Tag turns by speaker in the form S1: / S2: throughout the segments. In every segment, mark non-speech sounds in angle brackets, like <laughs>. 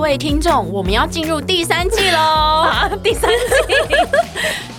S1: 位听众，我们要进入第三季喽！
S2: 啊， <laughs> 第三季，
S1: <laughs>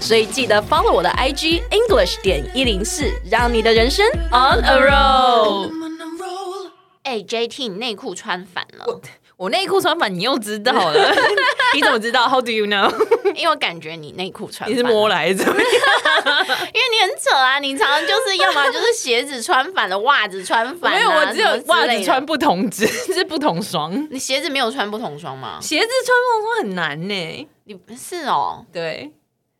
S1: 所以记得 follow 我的 IG English 点一零四，让你的人生 on a roll。哎、j t 你内裤穿反了，
S2: 我内裤穿反，你又知道 <laughs> 了？你怎么知道？How do you know？
S1: 因为我感觉你内裤穿
S2: 你
S1: 反
S2: 是
S1: 了
S2: 摸来着？
S1: 因为你很扯啊，你常常就是要么就是鞋子穿反了，袜子穿反、啊，
S2: 没有，我只有
S1: 什么之
S2: 袜
S1: 类
S2: 子
S1: 的
S2: 穿。不同只，是不同双。
S1: 你鞋子没有穿不同双吗？
S2: 鞋子穿不同双很难呢。
S1: 你是哦，
S2: 对，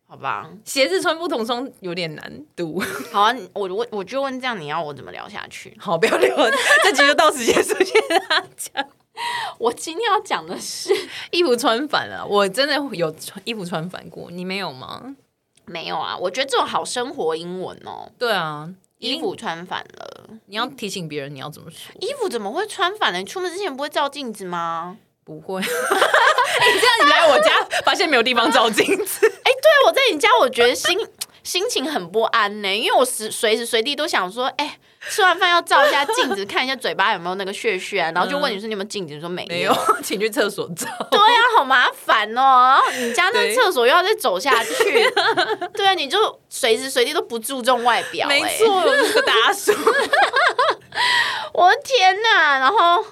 S1: 好吧，
S2: 鞋子穿不同双有点难度。 <laughs>
S1: 好啊，我我我就问这样，你要我怎么聊下去？
S2: 好，不要理我，这集就到此结 <laughs> 束。谢谢大家。
S1: 我今天要讲的是
S2: 衣服穿反了，我真的有穿衣服穿反过，你没有吗？
S1: <laughs> 没有啊，我觉得这种好生活英文哦，
S2: 对啊，
S1: 衣服穿反了，
S2: 你要提醒别人你要怎么说。
S1: 衣服怎么会穿反了？你出门之前不会照镜子吗？
S2: 不会， <laughs> 你这样你来我家，发现没有地方照镜子。
S1: 哎、对我在你家，我觉得心 <coughs> 心情很不安呢、因为我时随时随地都想说，哎、吃完饭要照一下镜 <laughs> 子，看一下嘴巴有没有那个屑屑啊，然后就问你说你有没有镜子，你说没有。
S2: 没有， <laughs> 请去厕所照。
S1: 对啊，好麻烦哦！然后你家那
S2: 对
S1: 厕所又要再走下去，对啊，你就随时随地都不注重外表、哎
S2: 没，欸错，我是个大 <laughs> 叔。
S1: 我的天哪！然后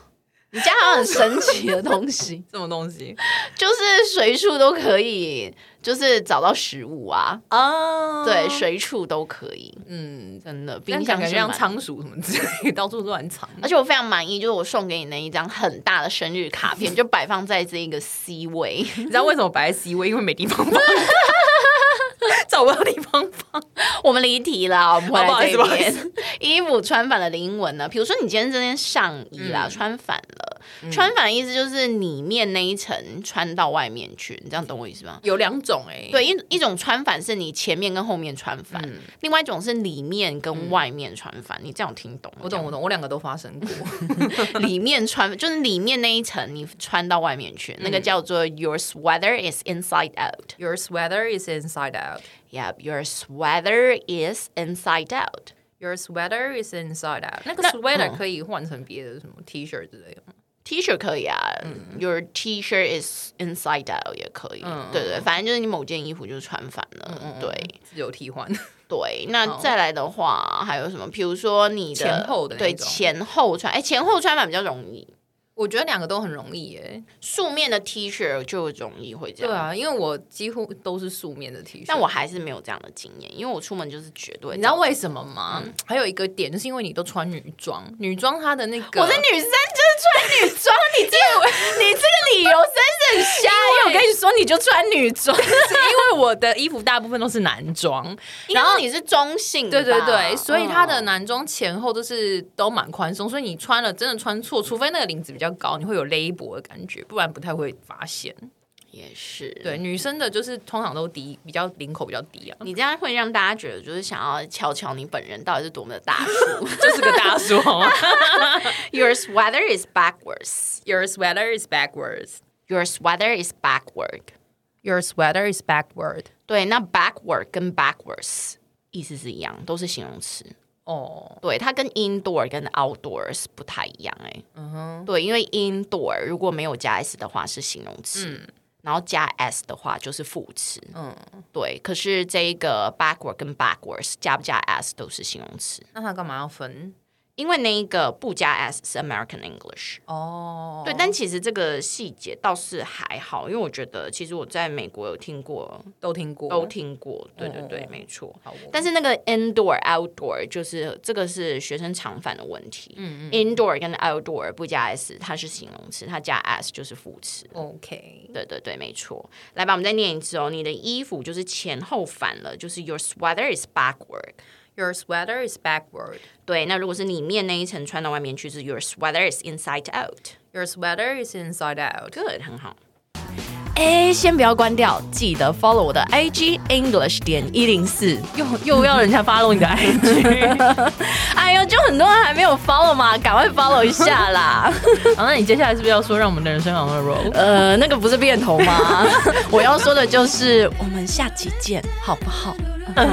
S1: 你家好像很神奇的东西，
S2: 什么东西
S1: <laughs> 就是随处都可以，就是找到食物啊，
S2: 啊
S1: 对，，随处都可以，
S2: 嗯，
S1: 真的冰箱
S2: 冰箱感
S1: 是
S2: 觉像
S1: 满
S2: 仓鼠什么之类，到处乱藏。
S1: 而且我非常满意，就是我送给你那一张很大的生日卡片，就摆放在这一个 C 位。
S2: <laughs> 你知道为什么摆在 C 位？因为没地方 <laughs> 放，找不到地方放。
S1: <laughs> 我们离题了，我们回
S2: 哦不好
S1: 来
S2: 意思
S1: 这
S2: 不好意
S1: 边。衣服穿反了的英文呢？比如说你今天这件上衣
S2: 嗯
S1: 啦，穿反了，穿反的意思就是里面那一层穿到外面去，你这样懂我意思吗？
S2: 有两种哎、
S1: 对，一一种穿反是你前面跟后面穿反，
S2: 嗯
S1: 另外一种是里面跟外面穿反。你这样有听懂吗？
S2: 我懂，我懂，我两个都发生 <laughs>
S1: <laughs>
S2: 过。
S1: 里面穿就是里面那一层，你穿到外面
S2: 嗯
S1: 去，那个叫做 your sweater is inside out。
S2: Your sweater is inside out.
S1: Yep, your sweater is inside out。
S2: Your sweater is inside out. 那个哦
S1: 那
S2: sweater
S1: 嗯
S2: 可以换成别的什么 T 恤之类的吗。
S1: T 恤可以啊、y
S2: 嗯
S1: o u r T 恤 is inside out 也可以，对
S2: 嗯
S1: 对，反正就是你某件衣服就是穿反了，对
S2: 自由替 <laughs> 换。
S1: 对。那再来的话，还有什么？比如说你的
S2: 前后的那
S1: 对
S2: 种
S1: 前后穿，哎，前后穿反比较容易，
S2: 我觉得两个都很容易耶、
S1: 素面的 T 恤就容易会这样，
S2: 对啊，因为我几乎都是素面的 T 恤。
S1: 但我还是没有这样的经验，因为我出门就是绝对
S2: 你知道为什么吗？还有一个点，就是因为你都穿女装，女装它的那个，
S1: 我是女生，就是穿女装。 <laughs> 你这
S2: <laughs>
S1: 个，你这个理由真是很瞎。因为
S2: 我跟你说，你就穿女装， <laughs> 是因为我的衣服大部分都是男装，
S1: 然后你是中性吧，
S2: <laughs> 对对对，所以它的
S1: 嗯
S2: 男装前后都是都蛮宽松，所以你穿了真的穿错，除非那个领子比较高，你会有勒脖的感觉，不然不太会发现。
S1: 也是。
S2: 对，女生的就是通常都低，比较领口比较低啊， <laughs>
S1: 你这样会让大家觉得就是想要瞧瞧你本人到底是多么的大叔。 <laughs>
S2: 就是个大叔好吗
S1: Your sweater is backwards.
S2: <laughs> Your sweater is backwards.
S1: Your sweater is backward.
S2: Your sweater is backward.
S1: 对，那 backward 跟 backwards 意思是一样，都是形容词。
S2: 哦，
S1: 对，它跟 indoor 跟 outdoors 不太一样哎、嗯哼。对，因为 indoor 如果没有加 s 的话是形容词，然后加 s 的话就是副词。嗯，对。可是这一个 backward 跟 backwards 加不加 s 都是形容词，
S2: 那他干嘛要分？
S1: 因为那一个不加 s 是 American English。
S2: 哦，
S1: 对，但其实这个细节倒是还好，因为我觉得其实我在美国有听过，
S2: 都听过，
S1: 都听过。对嗯对
S2: 哦
S1: 对
S2: 哦，
S1: 没错。
S2: 好哦。
S1: 但是那个 indoor outdoor 就是这个是学生常犯的问题。嗯嗯，indoor 跟 outdoor 不加 s，它是形容词，它加 s 就是副词。
S2: OK，
S1: 对对对，没错。来吧，我们再念一次哦。你的衣服就是前后反了，就是 your sweater is backward。
S2: Your sweater is backward.
S1: 对，那如果是里面那一层穿到外面去，是 your sweater is inside out。
S2: Your sweater is inside out.
S1: Good，很好。哎，先不要关掉，记得 follow 我的 IG English 点一零四。
S2: 又又要人家
S1: <laughs>
S2: follow 你的 IG，
S1: 哎呦，就很多人还没有 follow 嘛，赶快 follow 一下 <laughs> 啦。
S2: 好，那你接下来是不是要说让我们的人生好好 roll？
S1: 呃，那个不是变头吗？ <laughs> 我要说的就是，我们下期见，好不好？
S3: I